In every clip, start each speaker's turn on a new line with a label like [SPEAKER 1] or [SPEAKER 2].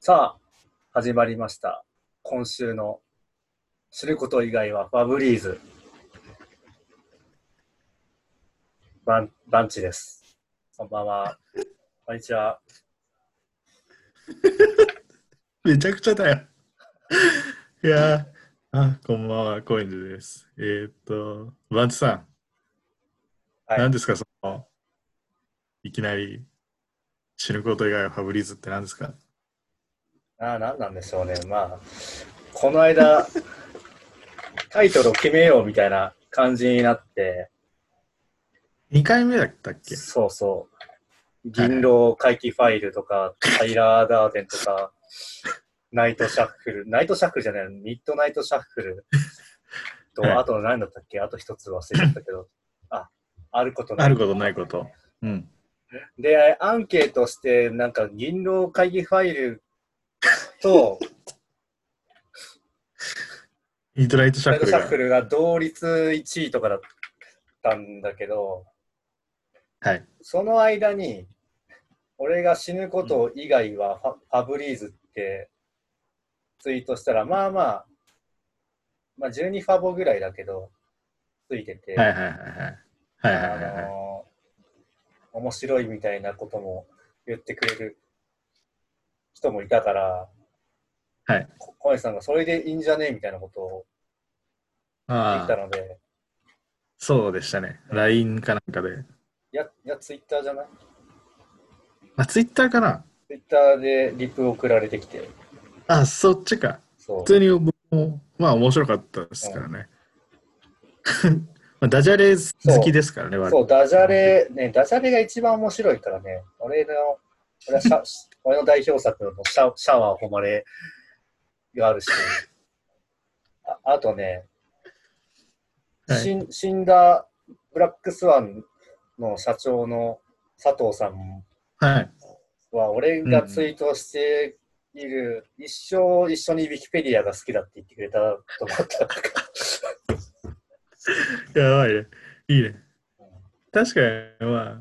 [SPEAKER 1] さあ、始まりました。今週の知ること以外はファブリーズ。バン、バンチです。こんばんは。こんにちは。
[SPEAKER 2] めちゃくちゃだよ。いやーあ、こんばんは、コインズです。えーっと、バンチさん、
[SPEAKER 1] はい
[SPEAKER 2] 何ですか、その、いきなり死ぬこと以外はファブリーズって何ですか
[SPEAKER 1] ああ、なんなんでしょうね。まあ、この間、タイトルを決めようみたいな感じになって、
[SPEAKER 2] ?2 回目だったっけ
[SPEAKER 1] そうそう。銀狼回帰ファイルとか、タイラー・ダーデンとか、ナイトシャッフル、ナイトシャッフルじゃない、ミッドナイトシャッフルと、
[SPEAKER 2] はい
[SPEAKER 1] あと何だったっけあと一つ忘れちゃったけど、あ、あることない。
[SPEAKER 2] あることないこと。うん。
[SPEAKER 1] で、アンケートして、なんか、銀狼会議ファイルと、
[SPEAKER 2] イートライトシャ
[SPEAKER 1] ナ
[SPEAKER 2] ッ
[SPEAKER 1] イ
[SPEAKER 2] フ
[SPEAKER 1] トシ
[SPEAKER 2] ルが。
[SPEAKER 1] ャッフルが同率1位とかだったんだけど、
[SPEAKER 2] はい。
[SPEAKER 1] その間に、俺が死ぬこと以外はファ,、ファブリーズってツイートしたら、まあまあ、まあ12ファボぐらいだけど、ついてて、
[SPEAKER 2] はいはいはいはい。はいはいはい
[SPEAKER 1] あ
[SPEAKER 2] はい。
[SPEAKER 1] のー面白いみたいなことも言ってくれる人もいたから、
[SPEAKER 2] はい
[SPEAKER 1] こ小西さんがそれでいいんじゃねみたいなことを言
[SPEAKER 2] あ
[SPEAKER 1] った
[SPEAKER 2] あ、
[SPEAKER 1] ので、
[SPEAKER 2] そうでしたね。LINE かなんかで。
[SPEAKER 1] いや、いや、ツイッターじゃない
[SPEAKER 2] あ、Twitter かな
[SPEAKER 1] ツイッターでリプ送られてきて、
[SPEAKER 2] あ、そっちか。
[SPEAKER 1] そう
[SPEAKER 2] 普。通に僕も、まあ面白かったですからね。 まあダジャレ好きですからね、我々
[SPEAKER 1] そう、ダジャレ、ね、ダジャレが一番面白いからね、俺の、俺はシャ 俺の代表作のシャシャワー誉れがあるし、ああとね、
[SPEAKER 2] はい
[SPEAKER 1] 死ん死んだブラックスワンの社長の佐藤さん
[SPEAKER 2] はい。
[SPEAKER 1] は、俺がツイートしている、一生一緒にウィキペディアが好きだって言ってくれたと思った。
[SPEAKER 2] やばいね。いいね。確かに、まあ、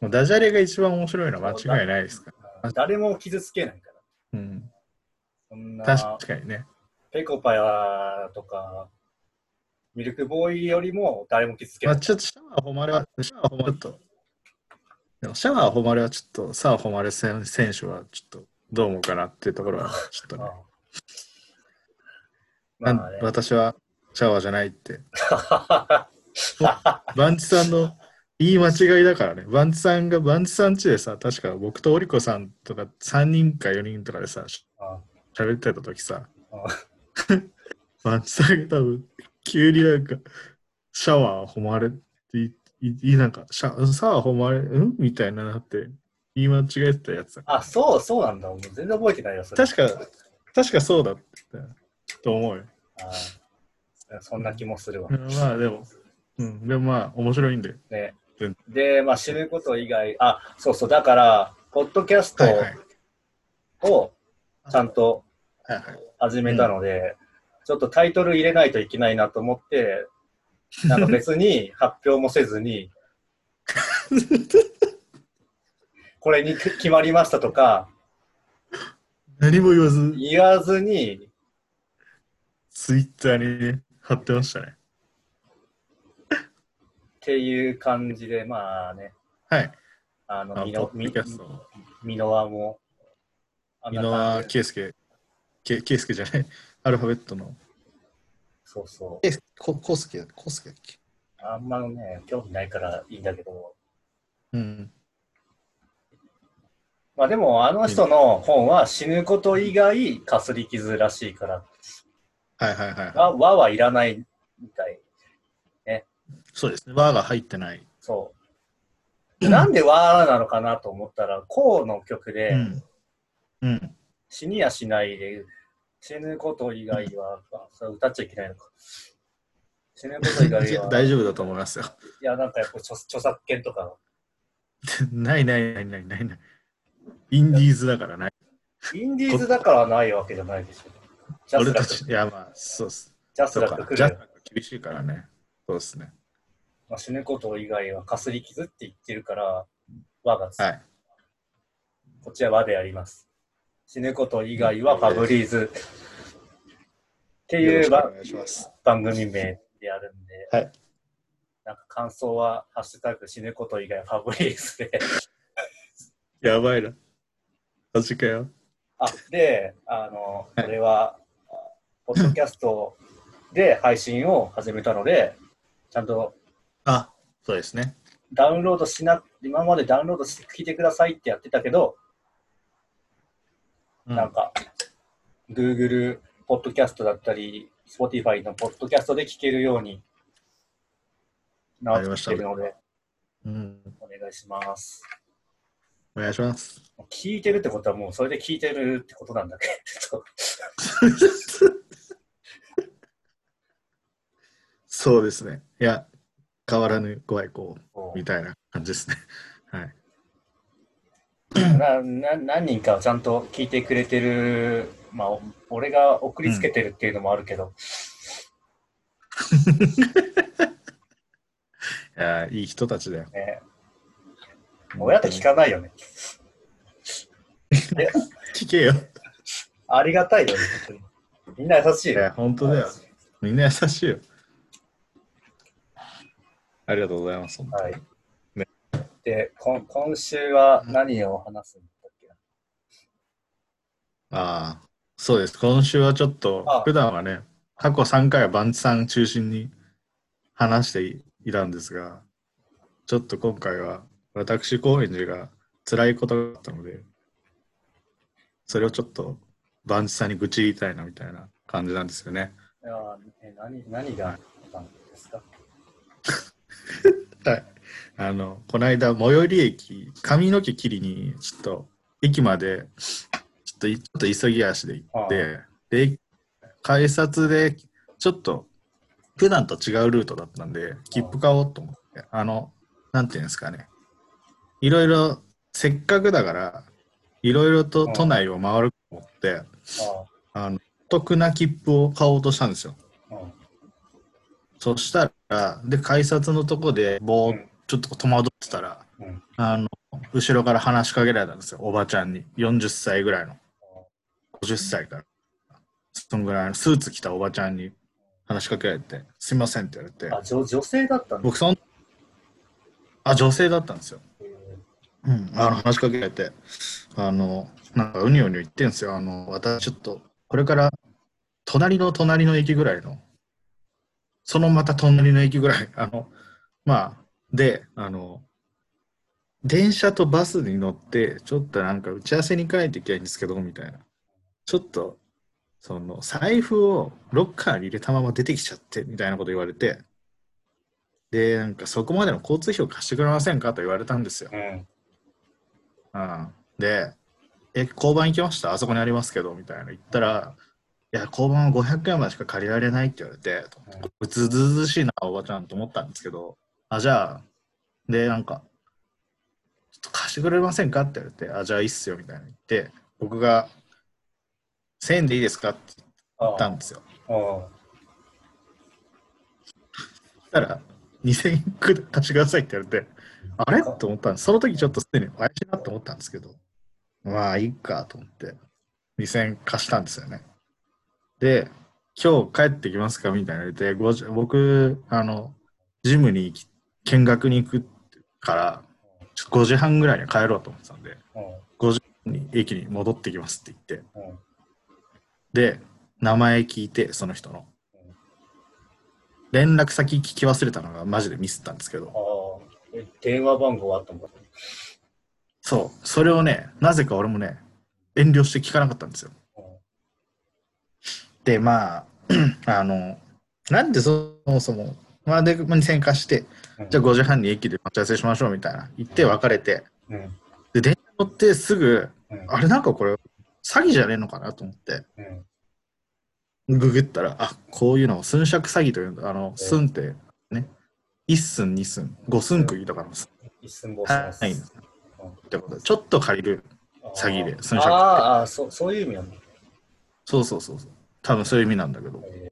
[SPEAKER 2] もうダジャレが一番面白いのは間違いないですから。
[SPEAKER 1] 誰も傷つけないから。
[SPEAKER 2] うん、
[SPEAKER 1] そんな
[SPEAKER 2] 確かにね。
[SPEAKER 1] ペコパやとか、ミルクボーイよりも誰も傷つけ
[SPEAKER 2] ま
[SPEAKER 1] な
[SPEAKER 2] あ、
[SPEAKER 1] い。
[SPEAKER 2] ちょっとシャワー誉れは、シャワー誉れと、でもシャワー誉れはちょっと、さあ誉れ選選手はちょっと、どう思うかなっていうところは、ちょっとね。
[SPEAKER 1] ま
[SPEAKER 2] なん
[SPEAKER 1] あね、
[SPEAKER 2] 私はシャワーじゃないって。バンチさんの言い間違いだからね。バンチさんが、バンチさんちでさ、確か僕とオリコさんとか3人か4人とかでさ、し
[SPEAKER 1] あ
[SPEAKER 2] 喋ってた時さ
[SPEAKER 1] あ、
[SPEAKER 2] バンチさんが多分、急になんか、シャワー誉れっていいいなんか、シャシャワー誉れ、うんみたいななって、言い間違えてたやつだ。
[SPEAKER 1] あ、そう、そうなんだ。もう全然覚えてないよ、それ。
[SPEAKER 2] 確か、確かそうだったと思うよ。
[SPEAKER 1] あーそんな気もするわ。
[SPEAKER 2] まあでも、うん、でもまあ面白いんで。
[SPEAKER 1] ね
[SPEAKER 2] うん、
[SPEAKER 1] で、まあ、死ぬこと以外、あ、そうそう、だから、ポッドキャスト
[SPEAKER 2] はいはい。
[SPEAKER 1] をちゃんと
[SPEAKER 2] はいはい
[SPEAKER 1] 始めたので、ちょっとタイトル入れないといけないなと思って、なんか別 に発表もせずに、これに決まりましたとか
[SPEAKER 2] 何も言わず、
[SPEAKER 1] 言わずに、
[SPEAKER 2] ツイッターにね、貼ってましたね。
[SPEAKER 1] っていう感じで、まあね、
[SPEAKER 2] はい。
[SPEAKER 1] あ
[SPEAKER 2] あ
[SPEAKER 1] の、
[SPEAKER 2] ポ
[SPEAKER 1] みの、
[SPEAKER 2] ッ
[SPEAKER 1] み
[SPEAKER 2] ドキャスト。
[SPEAKER 1] みのわも、あんな
[SPEAKER 2] 箕
[SPEAKER 1] 感
[SPEAKER 2] 輪
[SPEAKER 1] じで
[SPEAKER 2] 圭介、け圭介じゃない、アルファベットの。
[SPEAKER 1] そうそ
[SPEAKER 2] え、こコスケ、コスケだっけ
[SPEAKER 1] う。あんまね、興味ないからいいんだけど、
[SPEAKER 2] うん。
[SPEAKER 1] まあでも、あの人の本は死ぬこと以外、かすり傷らしいから、
[SPEAKER 2] はいはいはい、は
[SPEAKER 1] わわはいらないみたい。
[SPEAKER 2] い。そうですね。バーが入ってない。
[SPEAKER 1] そう。なんでわーなのかなと思ったら、こうの曲で、
[SPEAKER 2] うん。うん。
[SPEAKER 1] 死にやしないで、死ぬこと以外は、あそれ歌っちゃいけないのか。死ぬこと以
[SPEAKER 2] い
[SPEAKER 1] 外
[SPEAKER 2] や
[SPEAKER 1] は、
[SPEAKER 2] 大
[SPEAKER 1] い
[SPEAKER 2] 丈夫だと思いますよ。
[SPEAKER 1] や、なんかやっぱ著著作権とか、
[SPEAKER 2] ないないないないないない。インディーズだからない。
[SPEAKER 1] インディーズだからないわけじゃないでしょ。ジャス
[SPEAKER 2] 俺
[SPEAKER 1] ラ
[SPEAKER 2] た
[SPEAKER 1] ッ
[SPEAKER 2] ち、
[SPEAKER 1] ク、
[SPEAKER 2] いやまあ、そうっす。
[SPEAKER 1] ジャス
[SPEAKER 2] そう
[SPEAKER 1] ラ
[SPEAKER 2] か
[SPEAKER 1] ック。来
[SPEAKER 2] ジャッ
[SPEAKER 1] る
[SPEAKER 2] ク。が厳しいからね。そうですね。
[SPEAKER 1] まあ、死ぬこと以外はかすり傷って言ってるから、わがつ、
[SPEAKER 2] はい。
[SPEAKER 1] こっちはわであります。死ぬこと以外はファブリーズって
[SPEAKER 3] よろ
[SPEAKER 1] い
[SPEAKER 3] し
[SPEAKER 1] う
[SPEAKER 3] くお
[SPEAKER 1] ば
[SPEAKER 3] 願いします。
[SPEAKER 1] 番組名でやるんで、
[SPEAKER 3] はい
[SPEAKER 1] なんか感想は、ハッシュタグ死ぬこと以外はファブリーズで。
[SPEAKER 2] やばいな。マジかよ。
[SPEAKER 1] あ、で、あの、
[SPEAKER 2] はい
[SPEAKER 1] これは、ポッドキャストで配信を始めたので、ちゃんと
[SPEAKER 2] あ、そうですね。
[SPEAKER 1] ダウンロードしな、今までダウンロードして聞いてくださいってやってたけど、
[SPEAKER 2] うん
[SPEAKER 1] なんか、Google ポッドキャストだったり、Spotify のポッドキャストで聞けるようにな
[SPEAKER 2] わかりま
[SPEAKER 1] っ
[SPEAKER 2] した
[SPEAKER 1] てるので、
[SPEAKER 2] うん。
[SPEAKER 1] お願いします。
[SPEAKER 2] お願いします。
[SPEAKER 1] 聞いてるってことはもうそれで聞いてるってこと なんだけど、
[SPEAKER 2] そうですね。いや、変わらぬご愛好
[SPEAKER 1] こう
[SPEAKER 2] みたいな感じですね。 はい。
[SPEAKER 1] なな何人かはちゃんと聞いてくれてる、まあ、お俺が送りつけてるっていうのもあるけど、
[SPEAKER 2] いや、いい人たちだよ。
[SPEAKER 1] ね、親って聞かないよね。
[SPEAKER 2] 聞けよ。
[SPEAKER 1] ありがたいよね。本当にみんな優しい
[SPEAKER 2] い
[SPEAKER 1] よ。
[SPEAKER 2] や、本当だよ。みんな優しいよ。ありがとうございます。
[SPEAKER 1] はい。で、こん今週は何を話すんだっけな
[SPEAKER 2] ああ、そうです。今週はちょっと
[SPEAKER 1] あ、
[SPEAKER 2] 普段はね、過去3回はバンチさん中心に話していいたんですが、ちょっと今回は私、高円寺が辛いことがあったので、それをちょっとバンチさんに愚痴言いたいなみたいな感じなんですよね。
[SPEAKER 1] いやーえ何何があったんですか
[SPEAKER 2] はい。あの、この間、最寄り駅、髪の毛切りに、ちょっと、駅まで、ちょっとい、ちょっと急ぎ足で行って、で、改札で、ちょっと、普段と違うルートだったんで、切符買おうと思って、あの、なんていうんですかね、いろいろ、せっかくだから、いろいろと都内を回ると思って、あの、お得な切符を買おうとしたんですよ。
[SPEAKER 1] あーうん
[SPEAKER 2] そしたら、で、改札のとこで、ぼーっちょっと戸惑ってたら、
[SPEAKER 1] うん
[SPEAKER 2] あの、後ろから話しかけられたんですよ、おばちゃんに。40歳ぐらいの。50歳から。そのぐらいのスーツ着たおばちゃんに話しかけられて、すいませんって言われ
[SPEAKER 1] あ
[SPEAKER 2] て、
[SPEAKER 1] 女女性だったんだ。
[SPEAKER 2] 僕そん、あ、女性だったんですよ。
[SPEAKER 1] え
[SPEAKER 2] うん、あの話しかけられて、あの、なんかうにょうにょ言ってんすよ。あの、私ちょっと、これから、隣の隣の駅ぐらいの、そのまた隣の駅ぐらい、あの、まあ、で、あの、電車とバスに乗って、ちょっとなんか打ち合わせに帰っていきゃいいんですけど、みたいな。ちょっと、その、財布をロッカーに入れたまま出てきちゃって、みたいなこと言われて、で、なんかそこまでの交通費を貸してくれませんかと言われたんですよ。
[SPEAKER 1] ー
[SPEAKER 2] うん、で、え、交番行きましたあそこにありますけど、みたいな言ったら、いや、交番は500円までしか借りられないって言われて、うつずうずうしいな、おばちゃんと思ったんですけど、あ、じゃあ、で、なんか、ちょっと貸してくれませんかって言われて、あ、じゃあいいっすよ、みたいな言って、僕が、1000円でいいですかって言
[SPEAKER 1] うん、あ
[SPEAKER 2] ったんですよ。
[SPEAKER 1] あ
[SPEAKER 2] そしたら、2000円く貸してくださいって言われて、あれと思ったんです。その時ちょっとすでに怪しいなと思ったんですけど、まあいいかと思って、2000円貸したんですよね。で、今日帰ってきますかみたいなの言って、ごじ僕、あの、ジムに行き見学に行くから、ちょっと5時半ぐらいには帰ろうと思ってたんで、
[SPEAKER 1] う
[SPEAKER 2] 5時に駅に戻ってきますって言って、
[SPEAKER 1] んうん
[SPEAKER 2] で、名前聞いて、その人の
[SPEAKER 1] うん。
[SPEAKER 2] 連絡先聞き忘れたのがマジでミスったんですけど、
[SPEAKER 1] あーえ電話番号はあったのか
[SPEAKER 2] そう、それをね、なぜか俺もね、遠慮して聞かなかったんですよ。で、まあ、 あの、なんでそもそも、まあ、で、まあ2000円貸して、じゃあ5時半に駅で待ち合わせしましょうみたいな、行って別れて、
[SPEAKER 1] うんうん
[SPEAKER 2] で、電車乗ってすぐ、
[SPEAKER 1] うん
[SPEAKER 2] あれなんかこれ、詐欺じゃねえのかなと思って、
[SPEAKER 1] うん
[SPEAKER 2] ググったら、あ、こういうのを寸借詐欺というんだ、あの、寸って、ね、1寸、2寸、5寸区だから、
[SPEAKER 1] 一寸法
[SPEAKER 2] は
[SPEAKER 1] し
[SPEAKER 2] い、っ
[SPEAKER 1] ます。
[SPEAKER 2] てことで、ちょっと借りる詐欺で寸
[SPEAKER 1] あ
[SPEAKER 2] 借
[SPEAKER 1] ああー、そうそういう意味なんだ。
[SPEAKER 2] そうそうそうそう。多分そういう意味なんだけど。
[SPEAKER 1] え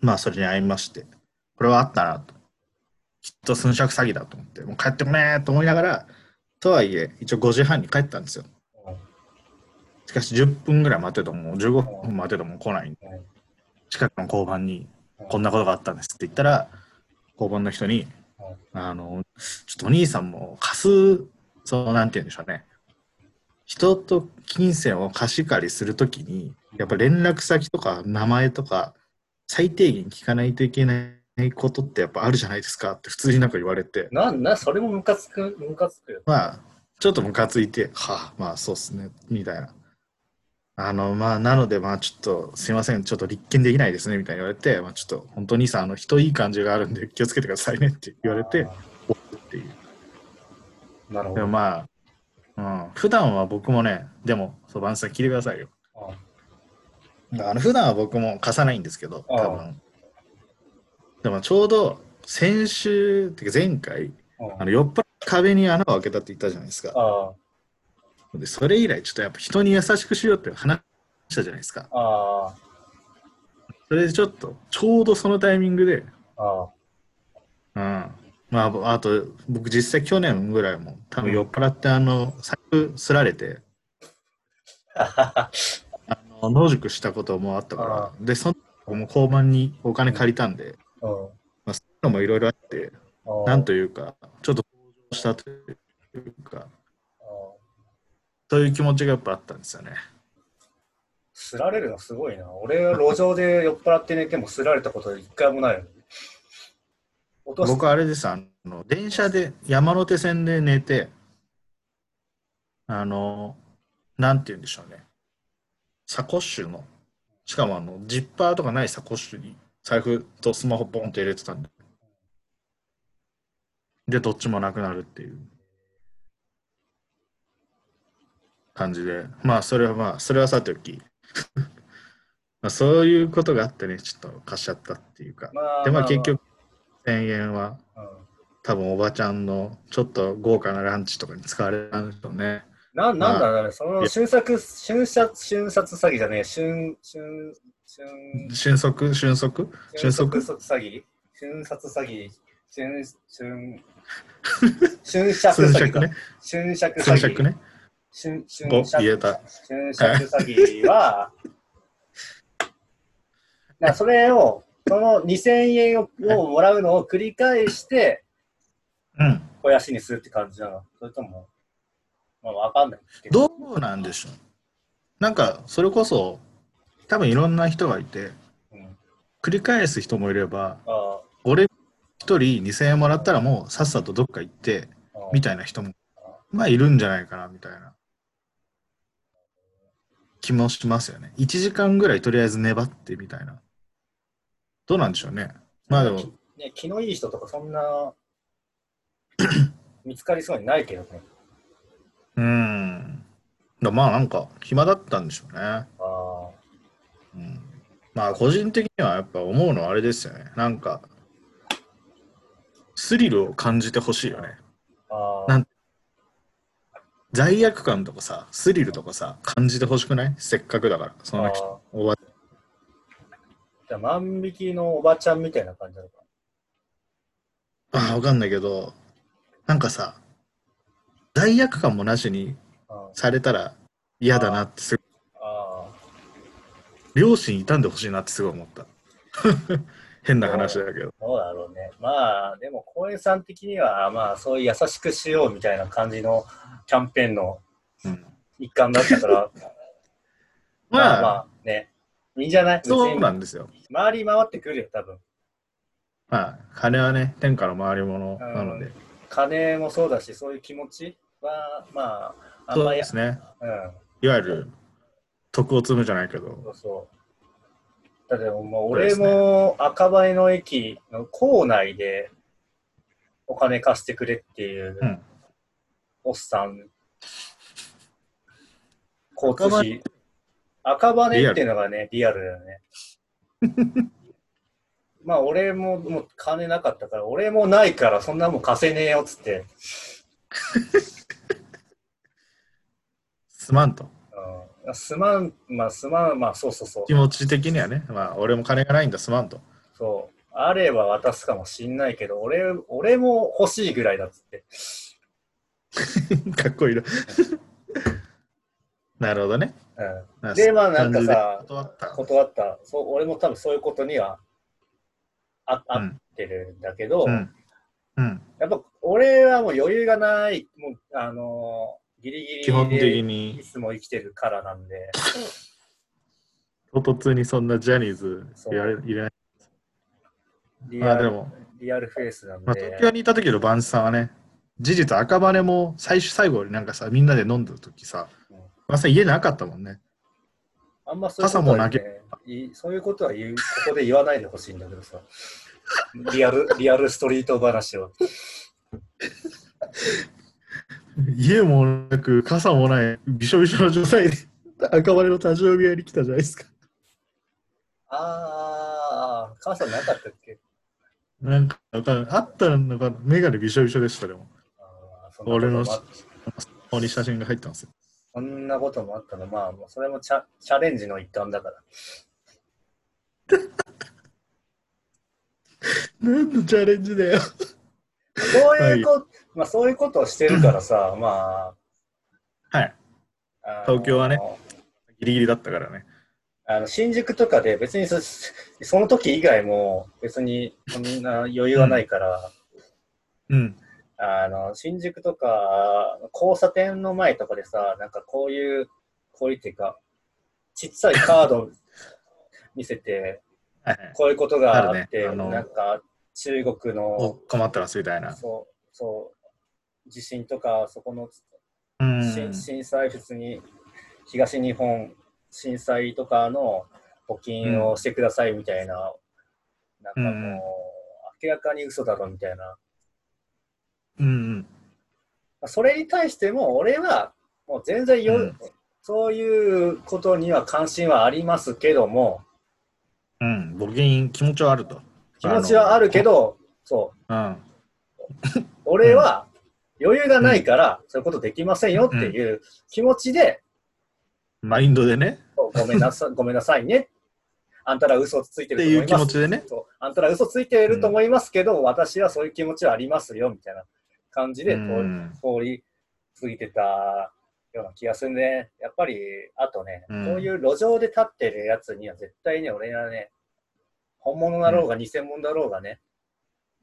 [SPEAKER 2] まあ、それに会いまして。これはあったなと。きっと寸借詐欺だと思って、もう帰ってこねえと思いながら、とはいえ、一応5時半に帰ったんですよ。
[SPEAKER 1] ー
[SPEAKER 2] しかし10分ぐらい待ってても、15分待ってても来ないんで
[SPEAKER 1] うん、
[SPEAKER 2] 近くの交番に
[SPEAKER 1] うん
[SPEAKER 2] こんなことがあったんですって言ったら、交番の人に
[SPEAKER 1] うん、
[SPEAKER 2] あの、ちょっとお兄さんも貸す、その、なんて言うんでしょうね。人と金銭を貸し借りするときに、やっぱ連絡先とか名前とか、最低限聞かないといけないことってやっぱあるじゃないですかって普通になんか言われて、
[SPEAKER 1] なんな、それもムカつく、ムカつくよ。
[SPEAKER 2] まあ、ちょっとムカついて、はあ、まあそうっすね、みたいな。あの、まあ、なので、まあちょっと、すいません、ちょっと立件できないですね、みたいに言われて、まあちょっと、本当にさ、あの、人いい感じがあるんで気をつけてくださいねって言われて、っていう。
[SPEAKER 1] なるほ
[SPEAKER 2] で
[SPEAKER 1] ど。
[SPEAKER 2] もまあ、うん、普段は僕もね、でも、そう、バンさん聞いてくださいよ。
[SPEAKER 1] あ
[SPEAKER 2] あの普段は僕も貸さないんですけど、
[SPEAKER 1] ああ
[SPEAKER 2] 多分。でもちょうど先週、てか前回、
[SPEAKER 1] あ
[SPEAKER 2] あの酔っ払って壁に穴を開けたって言ったじゃないですか。
[SPEAKER 1] あ
[SPEAKER 2] でそれ以来、ちょっとやっぱ人に優しくしようって話したじゃないですか。
[SPEAKER 1] あ、ああ、
[SPEAKER 2] それでちょっと、ちょうどそのタイミングで、
[SPEAKER 1] ああ、
[SPEAKER 2] うん。まあ、あと、僕実際去年ぐらいも、多分酔っ払って、あの、財布すら れて、
[SPEAKER 1] あ
[SPEAKER 2] あの野宿したこともあったから、
[SPEAKER 1] あ
[SPEAKER 2] で、その時も交番にお金借りたんで、まあ、そういうのもいろいろあって、なんと
[SPEAKER 1] い
[SPEAKER 2] いうか、ちょっと向上したというか、そういう気持ちがやっぱあったんですよね。
[SPEAKER 1] すられるのすごいな。俺は路上で酔っ払って寝てもすられたこと一回もないよ。落とし
[SPEAKER 2] 僕はあれです、あの電車で、山手線で寝て、あの、なんて言うんでしょうね、サコッシュの、しかもあのジッパーとかないサコッシュに財布とスマホポンって入れてたんで、で、どっちもなくなるっていう感じで、まあ、それはまあ、それはさておき、 まあそういうことがあってね、ちょっと貸しちゃったっていうか。
[SPEAKER 1] まあ
[SPEAKER 2] でまあ結局1000円は
[SPEAKER 1] まあうん
[SPEAKER 2] 多分おばちゃんのちょっと豪華なランチとかに使われたんでしょうね。
[SPEAKER 1] なんなんだろうね、その瞬殺、瞬殺、瞬殺詐欺じゃねえ、瞬、瞬、瞬、
[SPEAKER 2] 瞬足瞬足
[SPEAKER 1] 瞬
[SPEAKER 2] 瞬
[SPEAKER 1] 殺
[SPEAKER 2] 足
[SPEAKER 1] 詐欺瞬殺詐欺瞬、瞬、瞬殺詐欺
[SPEAKER 2] 瞬
[SPEAKER 1] か
[SPEAKER 2] 足ね。
[SPEAKER 1] 瞬殺詐
[SPEAKER 2] 瞬
[SPEAKER 1] 欺。
[SPEAKER 2] 足ね。
[SPEAKER 1] 瞬瞬
[SPEAKER 2] ぼ
[SPEAKER 1] 殺
[SPEAKER 2] 言えた。
[SPEAKER 1] 瞬殺詐欺 は、だからそれを、その2000円ををもらうのを繰り返して、
[SPEAKER 2] うん。
[SPEAKER 1] 肥やしにするって感じなのそれとも、まあ、わかんないけど。
[SPEAKER 2] どうなんでしょうなんかそれこそ多分いろんな人がいて
[SPEAKER 1] うん
[SPEAKER 2] 繰り返す人もいれば
[SPEAKER 1] あ
[SPEAKER 2] 俺1人2000円もらったらもうさっさとどっか行って
[SPEAKER 1] あああ
[SPEAKER 2] みたいな人もまあいるんじゃないかなみたいな気もしますよね。1時間ぐらいとりあえず粘ってみたいな。どうなんでしょうね。まあでも、
[SPEAKER 1] ね、気のいい人とかそん な見つかりそうにないけどね。
[SPEAKER 2] うん。だまあなんか暇だったんでしょうね。
[SPEAKER 1] あ
[SPEAKER 2] うん、まあ個人的にはやっぱ思うのはあれですよね。なんかスリルを感じてほしいよね。
[SPEAKER 1] あああ
[SPEAKER 2] なん罪悪感とかさ、スリルとかさ、感じてほしくないせっかくだから。その人
[SPEAKER 1] ああ
[SPEAKER 2] 終わっ
[SPEAKER 1] じゃあ万引きのおばちゃんみたいな感じなのか
[SPEAKER 2] ああ、わかんないけど、なんかさ、罪悪感もなしに
[SPEAKER 1] な。あ
[SPEAKER 2] されたら嫌だなってすごい、
[SPEAKER 1] あ
[SPEAKER 2] 両親傷んでほしいなってすごい思った。 変な話だけど。
[SPEAKER 1] どうだろうね。まあ、でも、公園さん的には、まあ、そういう優しくしようみたいな感じのキャンペーンの
[SPEAKER 2] うん
[SPEAKER 1] 一環だったから、ま
[SPEAKER 2] ま
[SPEAKER 1] あ
[SPEAKER 2] あ、
[SPEAKER 1] まあ、ね、いいんじゃない別
[SPEAKER 2] そう
[SPEAKER 1] に
[SPEAKER 2] なんですよ。
[SPEAKER 1] 回り回ってくるよ、多分。
[SPEAKER 2] まあ、金はね、天下の回り物なので、
[SPEAKER 1] 金もそうだし、そういう気持ちは、まあ、あん
[SPEAKER 2] そ
[SPEAKER 1] ま
[SPEAKER 2] う
[SPEAKER 1] り、
[SPEAKER 2] で
[SPEAKER 1] う
[SPEAKER 2] すね。
[SPEAKER 1] ん。
[SPEAKER 2] いわゆる、徳を積むじゃないけど、
[SPEAKER 1] そうそう。だってもう
[SPEAKER 2] そうで
[SPEAKER 1] 俺
[SPEAKER 2] すね
[SPEAKER 1] も赤羽の駅の構内でお金貸してくれっていう
[SPEAKER 2] うん
[SPEAKER 1] おっさん、交通費。赤羽っていうのがね、リアルだよ ね。まあ俺ももう金なかったから、俺もないからそんなもん貸せねえよっつって、
[SPEAKER 2] すまんと。
[SPEAKER 1] うん、すまん、まあすまん、まあそうそうそう
[SPEAKER 2] 気。持ち的にはね、まあ、俺も金がないんだ、すまんと。
[SPEAKER 1] そう。あれば渡すかもしんないけど、俺、俺も欲しいぐらいだっつって。
[SPEAKER 2] かっこいいな。なるほどね。
[SPEAKER 1] うん、で、まあなんかさ、
[SPEAKER 2] 断った。
[SPEAKER 1] 断ったそう。俺も多分そういうことにはあ合ってるんだけど、
[SPEAKER 2] うん。うん。
[SPEAKER 1] やっぱ俺はもう余裕がない、もう、あのーギリギリで
[SPEAKER 2] 基本的
[SPEAKER 1] い
[SPEAKER 2] に
[SPEAKER 1] つも生きてるからなんで、
[SPEAKER 2] 唐突にそんなジャニーズ
[SPEAKER 1] そう
[SPEAKER 2] やれいれない。
[SPEAKER 1] リ
[SPEAKER 2] ま
[SPEAKER 1] ア
[SPEAKER 2] あで
[SPEAKER 1] ル
[SPEAKER 2] も、
[SPEAKER 1] リアルフェイスなん
[SPEAKER 2] まあ、
[SPEAKER 1] で
[SPEAKER 2] 東、京にいた時のバンチさんはね、事実赤羽も最終最後になんかさ、みんなで飲んだ時さ
[SPEAKER 1] うん、
[SPEAKER 2] バンチさん家なかったもん ね。
[SPEAKER 1] あんまそういうことは、ね、いそういうことは言うここで言わないでほしいんだけどさ、リアルリアルストリート話を。
[SPEAKER 2] 家もなく、傘もない、びしょびしょの状態で赤羽の立ち読み屋に来たじゃないですか。
[SPEAKER 1] あー、母さんなかったっけ
[SPEAKER 2] なんか、わかんないあったのかな、メガネびしょびしょでした、でも。
[SPEAKER 1] あーそんなこともあっ
[SPEAKER 2] ここに写真が入ってますよ。
[SPEAKER 1] そんなこともあったの、まあ、もうそれもチャチャレンジの一環だから。
[SPEAKER 2] 何のチャレンジだよ。
[SPEAKER 1] そういうこ、まあ、そういうことをしてるからさ、まあ。
[SPEAKER 2] はい
[SPEAKER 1] あの。
[SPEAKER 2] 東京はねギリギリだったからね。
[SPEAKER 1] あの新宿とかで別にそその時以外も別にそんな余裕はないから、
[SPEAKER 2] うん。
[SPEAKER 1] あの新宿とか交差点の前とかでさなんかこういうこういうっていうかちっちゃいカード見せて
[SPEAKER 2] はいはい。
[SPEAKER 1] こういうことがあって
[SPEAKER 2] あるねあの
[SPEAKER 1] なんか中国
[SPEAKER 2] お
[SPEAKER 1] の
[SPEAKER 2] 困ってますみたいな。
[SPEAKER 1] そうそう地震とかそこの
[SPEAKER 2] うん。
[SPEAKER 1] 震震災普通に東日本震災とかの募金をしてくださいみたいな、なんかもう、
[SPEAKER 2] うんうん
[SPEAKER 1] 明らかに嘘だろみたいな、ま
[SPEAKER 2] うん
[SPEAKER 1] あそれに対しても俺はもう全然よ、
[SPEAKER 2] うん
[SPEAKER 1] そういうことには関心はありますけども
[SPEAKER 2] うん。うん。募金気持ちはあると。
[SPEAKER 1] 気持ちはあるけどそう
[SPEAKER 2] うん。
[SPEAKER 1] 俺は余裕がないから、そういうことできませんよっていう気持ちで、
[SPEAKER 2] マインドでね。
[SPEAKER 1] ごめんな さい、ごめんなさいね。あんたら嘘ついてると思います。
[SPEAKER 2] っていう気持ちでね
[SPEAKER 1] そう。あんたら嘘ついてると思いますけど、私はそういう気持ちはありますよ、みたいな感じで
[SPEAKER 2] う
[SPEAKER 1] 通り,、
[SPEAKER 2] ん
[SPEAKER 1] 通り過ぎてたような気がするね。やっぱり、あとね、
[SPEAKER 2] うん
[SPEAKER 1] こういう路上で立ってるやつには絶対ね、俺はね、本物だろうが偽物だろうがね、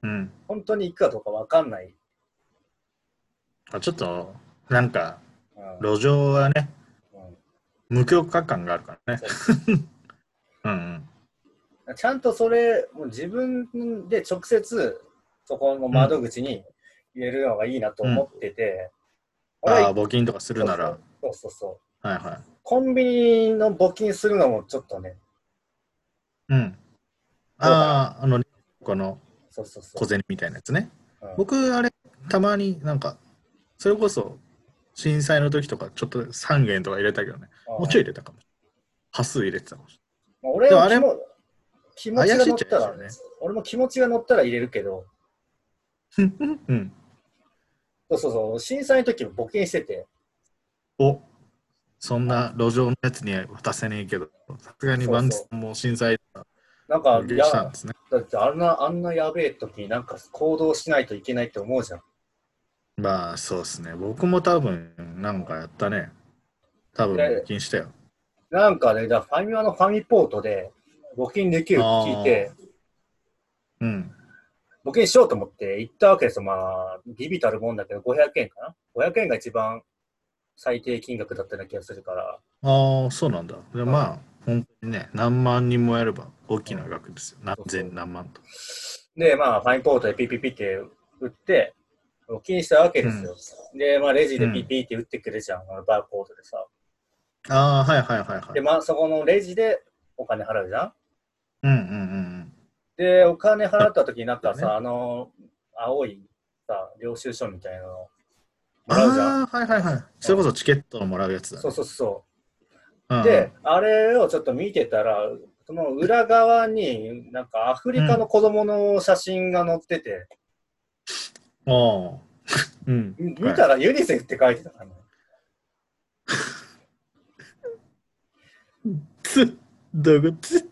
[SPEAKER 2] うん。
[SPEAKER 1] 本当に行くかどうかわかんない。
[SPEAKER 2] あちょっと、なんか、
[SPEAKER 1] うん
[SPEAKER 2] 路上はね、
[SPEAKER 1] うん
[SPEAKER 2] 無許可感があるからね。
[SPEAKER 1] そう
[SPEAKER 2] うん
[SPEAKER 1] ちゃんとそれ、もう自分で直接、そこの窓口に入れるのがいいなと思ってて、
[SPEAKER 2] うん。
[SPEAKER 1] 俺
[SPEAKER 2] あ
[SPEAKER 1] は
[SPEAKER 2] あ、募金とかするなら。は
[SPEAKER 1] そうそうそう。
[SPEAKER 2] いは
[SPEAKER 1] コンビニの募金するのもちょっとね、
[SPEAKER 2] い。うん。ああ、あの、この
[SPEAKER 1] そうそうそ
[SPEAKER 2] 小
[SPEAKER 1] う。
[SPEAKER 2] 銭みたいなやつね。
[SPEAKER 1] うん
[SPEAKER 2] 僕、あれ、たまになんか、それこそ、震災の時とか、ちょっと3元とか入れたけどね。もうちょい入れたかもしれない。端数入れてたかもし
[SPEAKER 1] うん俺
[SPEAKER 2] で
[SPEAKER 1] は
[SPEAKER 2] もあれも
[SPEAKER 1] 気持ちが乗ったら、
[SPEAKER 2] 怪しいっちゃ怪しいよね
[SPEAKER 1] 俺も気持ちが乗ったら入れるけど、
[SPEAKER 2] れない。うん。
[SPEAKER 1] そうそうそう、震災の時も募金してて、
[SPEAKER 2] おそんな路上のやつには渡せねえけど、さすがにバンチさんも震災
[SPEAKER 1] なんか、
[SPEAKER 2] 関
[SPEAKER 1] い
[SPEAKER 2] 係
[SPEAKER 1] や
[SPEAKER 2] したんですね。
[SPEAKER 1] だってあんな、あんなやべえ時になんか行動しないといけないって思うじゃん。
[SPEAKER 2] まあそうですね。僕も多分なんかやったね。多分募金したよ。
[SPEAKER 1] なんかね、だからファミマのファミポートで募金できるって聞いて、
[SPEAKER 2] うん。
[SPEAKER 1] 募金しようと思って行ったわけですよ。まあ、ビビたるもんだけど、500円かな ?500 円が一番最低金額だったような気がするから、
[SPEAKER 2] ああ、そうなんだ。でまあ、本当にね、何万人もやれば大きな額ですよ。何千何万と。
[SPEAKER 1] で、まあ、ファインポートでピッピッピって打って、募金したわけですよ。で、まあ、レジでピッピって打ってくれじゃん、あのバーコードでさ。
[SPEAKER 2] ああ、はいはいはいは
[SPEAKER 1] で、
[SPEAKER 2] い。
[SPEAKER 1] まあ、そこのレジでお金払うじゃん
[SPEAKER 2] うんうんうん
[SPEAKER 1] で、お金払った時になん か
[SPEAKER 2] ね
[SPEAKER 1] さ、あの、青いさ、領収書みたいなのも
[SPEAKER 2] うん。
[SPEAKER 1] らうじゃん。
[SPEAKER 2] ああ、はいはいはい。それこそチケットをもらうやつだ
[SPEAKER 1] そう
[SPEAKER 2] ね。
[SPEAKER 1] そうそう。
[SPEAKER 2] うんうん
[SPEAKER 1] で、、あれをちょっと見てたら、その裏側に、なんかアフリカの子供の写真が載ってて、
[SPEAKER 2] おーうん。
[SPEAKER 1] み見たらユニセフって書いてたからね。
[SPEAKER 2] つっ、どこつっ、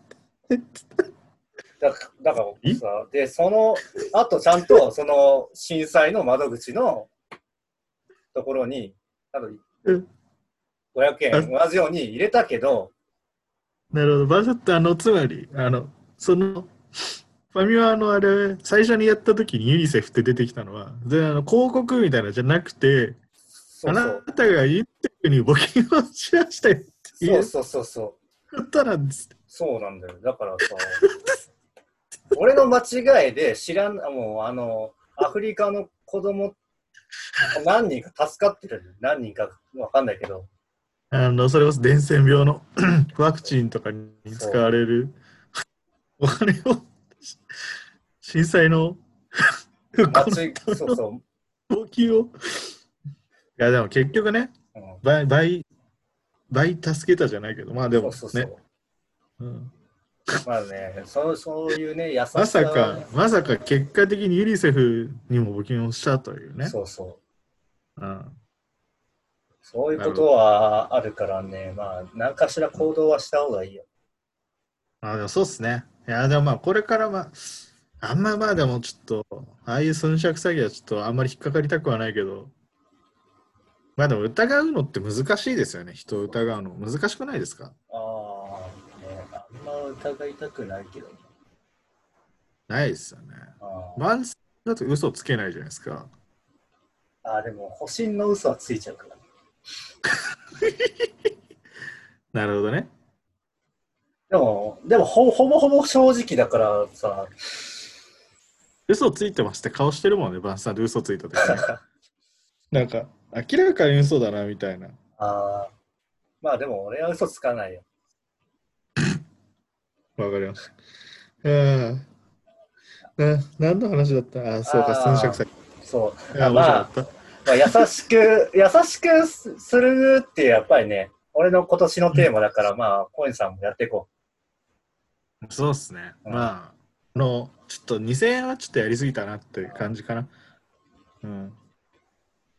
[SPEAKER 1] だだからさ、で、その、あとちゃんと、その震災の窓口のところに、あと
[SPEAKER 2] うん
[SPEAKER 1] 500円同じように入れたけど、
[SPEAKER 2] なるほど。バズった、あの、つまり、あの、その、ファミマのあれ、最初にやった時にユニセフって出てきたのは、であの広告みたいなのじゃなくて、
[SPEAKER 1] そうそ
[SPEAKER 2] あ
[SPEAKER 1] う
[SPEAKER 2] なたがユニセフに募金をしましたよって言
[SPEAKER 1] そうそ
[SPEAKER 2] っ
[SPEAKER 1] うそうそう。
[SPEAKER 2] たら、です
[SPEAKER 1] そうなんだよ。だからさ、俺の間 違いで知らん、もうあの、アフリカの子供、何人か助かってる。何人かわかんないけど、
[SPEAKER 2] あの、それこそ伝染 病のワクチンとかに使われるお金を震災の復
[SPEAKER 1] 間
[SPEAKER 2] 興
[SPEAKER 1] 違い、 そうそう。
[SPEAKER 2] の募金を。いや、でも結局ね、
[SPEAKER 1] うん
[SPEAKER 2] 倍、倍、倍助けたじゃないけど、まあでもね、
[SPEAKER 1] そうそうそう。
[SPEAKER 2] うん
[SPEAKER 1] まあね、そうそういうね、優しさ
[SPEAKER 2] まさ
[SPEAKER 1] は
[SPEAKER 2] か
[SPEAKER 1] ね、
[SPEAKER 2] まさか結果的にユニセフにも募金をしたというね。
[SPEAKER 1] そうそう。
[SPEAKER 2] うん
[SPEAKER 1] そういうことはあるからね、まあ、何かしら行動はした方がいいよ。
[SPEAKER 2] あでもそうっすね。いや、でもまあ、これからまあ、あんままあでもちょっと、ああいう寸借詐欺はちょっとあんまり引っかかりたくはないけど、まあでも疑うのって難しいですよね。人を疑うの。難しくないですか
[SPEAKER 1] ああ、ね、あんま疑いたくないけどね。
[SPEAKER 2] ないですよね。
[SPEAKER 1] あー
[SPEAKER 2] マンスだと嘘つけないじゃないですか。
[SPEAKER 1] あー、でも、保身の嘘はついちゃうから。
[SPEAKER 2] なるほどね。
[SPEAKER 1] でも、でもほほぼほぼ正直だからさ、
[SPEAKER 2] 嘘ついてますって顔してるもんね、バンスさんで嘘ついた時ねなんか、明らかに嘘だな、みたいな。
[SPEAKER 1] あーまあでも俺は嘘つかないよ。
[SPEAKER 2] わかりました。うん。な何の話だったあ、そうか、
[SPEAKER 1] あー
[SPEAKER 2] 寸尺先。
[SPEAKER 1] そう。
[SPEAKER 2] いや、面白かった。
[SPEAKER 1] まあ、優しく、 優しくすするってやっぱりね、俺の今年のテーマだから、まあ、コインさんもやっていこ
[SPEAKER 2] そうっすね。
[SPEAKER 1] うん
[SPEAKER 2] まあ、あの、ちょっと2000円はちょっとやりすぎたなっていう感じかな。うん。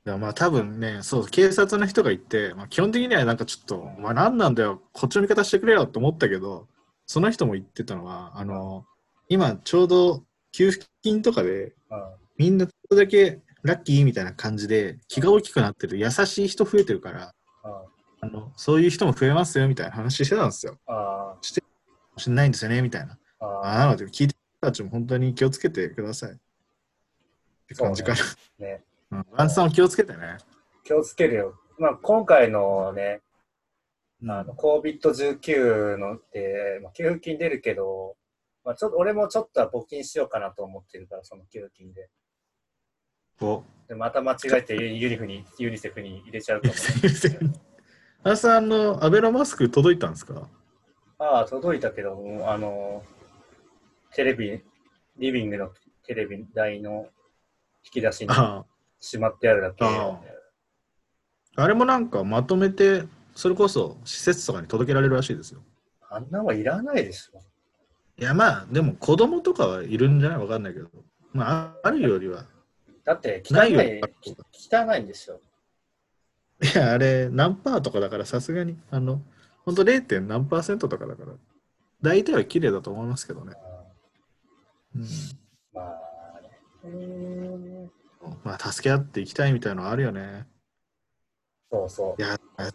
[SPEAKER 2] でもまあ多分ね、そう、警察の人が行って、まあ、基本的にはなんかちょっと、お前何なんだよ、こっちの味方してくれよって思ったけど、その人も言ってたのは、あの、今ちょうど給付金とかで、
[SPEAKER 1] う。うん。
[SPEAKER 2] みんなちょっとだけラッキーみたいな感じで気が大きくなってる優しい人増えてるから
[SPEAKER 1] うん、
[SPEAKER 2] あのそういう人も増えますよみたいな話してたんですよ。
[SPEAKER 1] あ
[SPEAKER 2] しないんですよねみたいな。
[SPEAKER 1] ーあ
[SPEAKER 2] あなので聞いてる人たちも本当に気をつけてください。って感じかな。
[SPEAKER 1] ー、ね。
[SPEAKER 2] うんワンさんも気をつけてね。
[SPEAKER 1] 気をつけるよ。まあ、今回のね、
[SPEAKER 2] な
[SPEAKER 1] COVID-19 のって、まあ、給付金出るけど、まあ、ちょっと俺もちょっとは募金しようかなと思ってるから、その給付金で。
[SPEAKER 2] こ
[SPEAKER 1] でまた間違えて ユユニフにユニセフに入れちゃうかも、
[SPEAKER 2] う。ワンさんあのアベノマスク届いたんですか
[SPEAKER 1] ああ、届いたけども、あの、テレビ、リビングのテレビ台の引き出しに
[SPEAKER 2] あ
[SPEAKER 1] しまってあるだけ。
[SPEAKER 2] あああれもなんかまとめてそれこそ施設とかに届けられるらしいですよ。
[SPEAKER 1] あんなんはいらないでしょ。
[SPEAKER 2] いやまあでも子供とかはいるんじゃないわかんないけど、まあ、あるよりは
[SPEAKER 1] だって汚
[SPEAKER 2] ない
[SPEAKER 1] い、
[SPEAKER 2] よ
[SPEAKER 1] 汚いんですよ。
[SPEAKER 2] いやあれ何パーとかだからさすがにあのほんと 0. 点何パーセントとかだから大体は綺麗だと思いますけどね、うん
[SPEAKER 1] まあね。うーん
[SPEAKER 2] まあ助け合っていきたいみたいのはあるよね
[SPEAKER 1] そうそう
[SPEAKER 2] い。やあ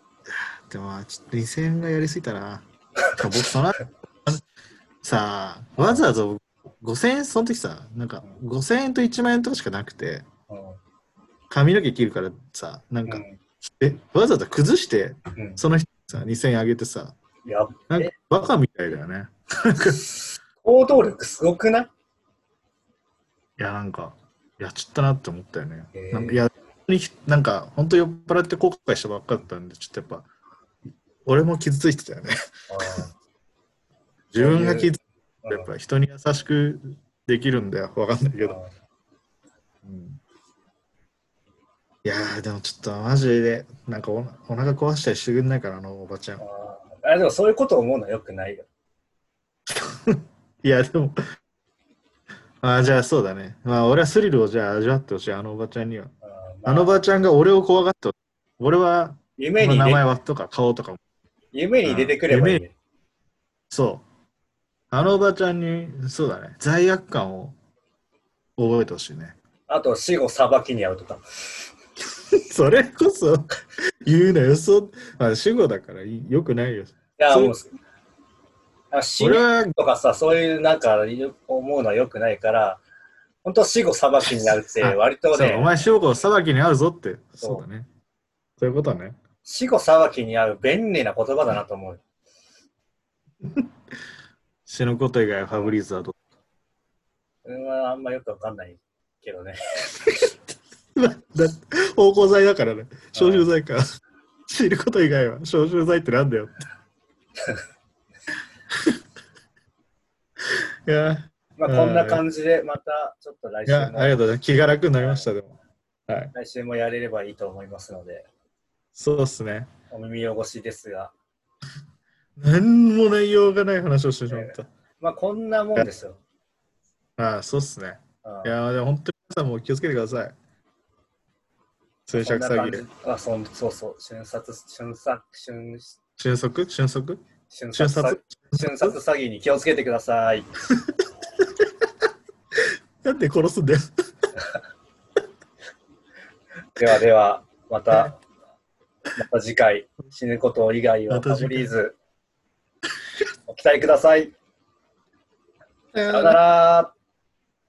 [SPEAKER 2] でもまあちょっと2000円がやりすぎたな僕その後 さあわざわざ僕5000円その時さなんか5000円と1万円とかしかなくて
[SPEAKER 1] うん
[SPEAKER 2] 髪の毛切るからさなんか、えわざわざ崩して
[SPEAKER 1] うんうん
[SPEAKER 2] その人にさ2000円あげてさ
[SPEAKER 1] やっ
[SPEAKER 2] なんかバカみたいだよね
[SPEAKER 1] 行動力すごくない
[SPEAKER 2] いや、なんか、やっちゃったなって思ったよね。
[SPEAKER 1] へー
[SPEAKER 2] なんか、いや、本当になんか、本当酔っ払って後悔したばっかだったんで、ちょっとやっぱ、俺も傷ついてたよ ね。自分が傷つい
[SPEAKER 1] うん
[SPEAKER 2] て、やっぱ人に優しくできるんだよ。わかんないけど。うんいやー、でもちょっとマジで、なんかおお腹壊したりしてくんないから、あのおばちゃん
[SPEAKER 1] あ。ーあでもそういうこと思うのはよくないよ。
[SPEAKER 2] いや、でも、ああ、じゃあそうだね。まあ、俺はスリルをじゃあ味わってほしい、あのおばちゃんには。
[SPEAKER 1] あーま
[SPEAKER 2] あのおばちゃんが俺を怖がってほしい、俺は
[SPEAKER 1] 夢に
[SPEAKER 2] 名
[SPEAKER 1] 出
[SPEAKER 2] 前はとか顔とかも
[SPEAKER 1] 夢に出てくればいい、ね。
[SPEAKER 2] そうあのおばちゃんにそうだね罪悪感を覚えてほしいね
[SPEAKER 1] あと死後裁きに遭うとか。
[SPEAKER 2] それこそ言うのよそ、まあ、主語だからいよくないよ
[SPEAKER 1] や、
[SPEAKER 2] そう
[SPEAKER 1] もう、あ死
[SPEAKER 2] 俺
[SPEAKER 1] ぬ
[SPEAKER 2] は
[SPEAKER 1] とかさ、そういうなんかよ思うのは良くないから、本当死後裁きになるって、
[SPEAKER 2] あ
[SPEAKER 1] 割と
[SPEAKER 2] そうお
[SPEAKER 1] ね、
[SPEAKER 2] 前主語裁きに合うぞって
[SPEAKER 1] そ
[SPEAKER 2] そううだねそういうことね
[SPEAKER 1] 死後裁きに合う便利な言葉だなと思う。
[SPEAKER 2] 死ぬこと以外ファブリーズはど
[SPEAKER 1] うん、まああんまよくわかんないけどね。
[SPEAKER 2] うだ芳香剤だからね消臭剤か死ぬこと以外は消臭剤ってなん だよっていや
[SPEAKER 1] まあ、
[SPEAKER 2] うん
[SPEAKER 1] こんな感じで、またちょっと来
[SPEAKER 2] いやあ
[SPEAKER 1] 週
[SPEAKER 2] りがとう
[SPEAKER 1] も、
[SPEAKER 2] ございます気が楽になりましたでもはい
[SPEAKER 1] 来週もやれればいいと思いますので、
[SPEAKER 2] そうっすね
[SPEAKER 1] お耳汚しですが、
[SPEAKER 2] 何も内容がない話をしてしまった、
[SPEAKER 1] まあ、こんなもんですよ。
[SPEAKER 2] ああそうっすね
[SPEAKER 1] うん
[SPEAKER 2] いやーでも本当に皆さんも気をつけてください。
[SPEAKER 1] そんな
[SPEAKER 2] 衰弱詐
[SPEAKER 1] 感
[SPEAKER 2] 欺
[SPEAKER 1] じ。あ、そんそうそう。瞬殺、瞬殺、瞬、
[SPEAKER 2] 瞬足瞬
[SPEAKER 1] 瞬
[SPEAKER 2] 足瞬
[SPEAKER 1] 殺詐
[SPEAKER 2] 殺
[SPEAKER 1] 瞬殺詐欺に気をつけてください。
[SPEAKER 2] なんで殺すんだよ。
[SPEAKER 1] ではでは、また、また次回、死ぬこと以外は
[SPEAKER 2] ま
[SPEAKER 1] フ
[SPEAKER 2] た
[SPEAKER 1] ァブ
[SPEAKER 2] 次回
[SPEAKER 1] リーズ、お期待ください。さよな
[SPEAKER 2] ら
[SPEAKER 1] ら。